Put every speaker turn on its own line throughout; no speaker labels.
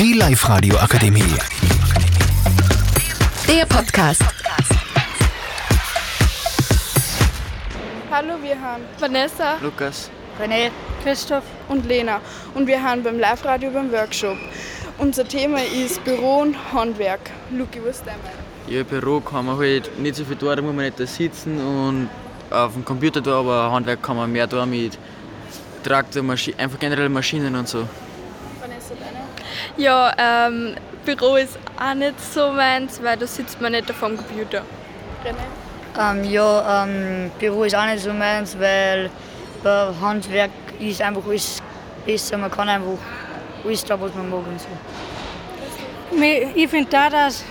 Die Live-Radio Akademie.
Der Podcast.
Hallo, wir haben Vanessa,
Lukas.
René,
Christoph und Lena und wir haben beim Live-Radio beim Workshop. Unser Thema ist Büro und Handwerk. Luki, was ist dein Meinung?
Ja, im Büro kann man halt nicht so viel tun, da muss man nicht da sitzen und auf dem Computer tun, aber Handwerk kann man mehr tun mit Traktor, Maschi einfach generell Maschinen und so.
Vanessa, deine?
Ja, ähm, Büro ist auch nicht so meins, weil da sitzt man nicht vor dem Computer.
René?
ähm, ja, ähm, Büro ist auch nicht so meins, weil bei Handwerk ist einfach alles besser. Man kann einfach alles da, was man mag und so.
Mi- Ich finde da, dass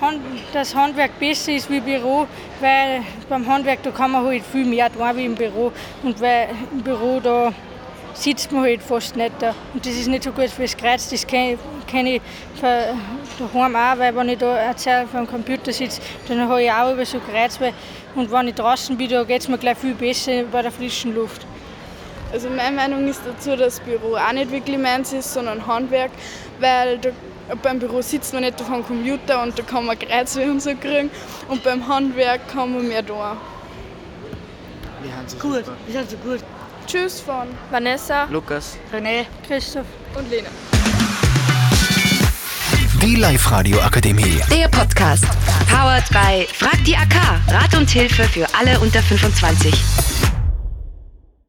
Hand, das Handwerk besser ist wie Büro, weil beim Handwerk da kann man halt viel mehr tun wie im Büro. Und weil im Büro da sitzt man halt fast nicht da. Und das ist nicht so gut fürs Kreuz, das kenne kenn ich von daheim auch, weil wenn ich da eine Zeit vor dem Computer sitze, dann habe ich auch über so Kreuz. Weil, und wenn ich draußen bin, da geht es mir gleich viel besser bei der frischen Luft.
Also meine Meinung ist dazu, dass Büro auch nicht wirklich meins ist, sondern Handwerk, weil da, beim Büro sitzt man nicht vor dem Computer und da kann man Kreuzweh und so kriegen und beim Handwerk kann man mehr tun.
Gut, ist also gut.
Tschüss von
Vanessa,
Lukas.
René,
Christoph.
und Lena.
Die Live-Radio Akademie.
Der Podcast. Powered by Frag die AK. Rat und Hilfe für alle unter 25.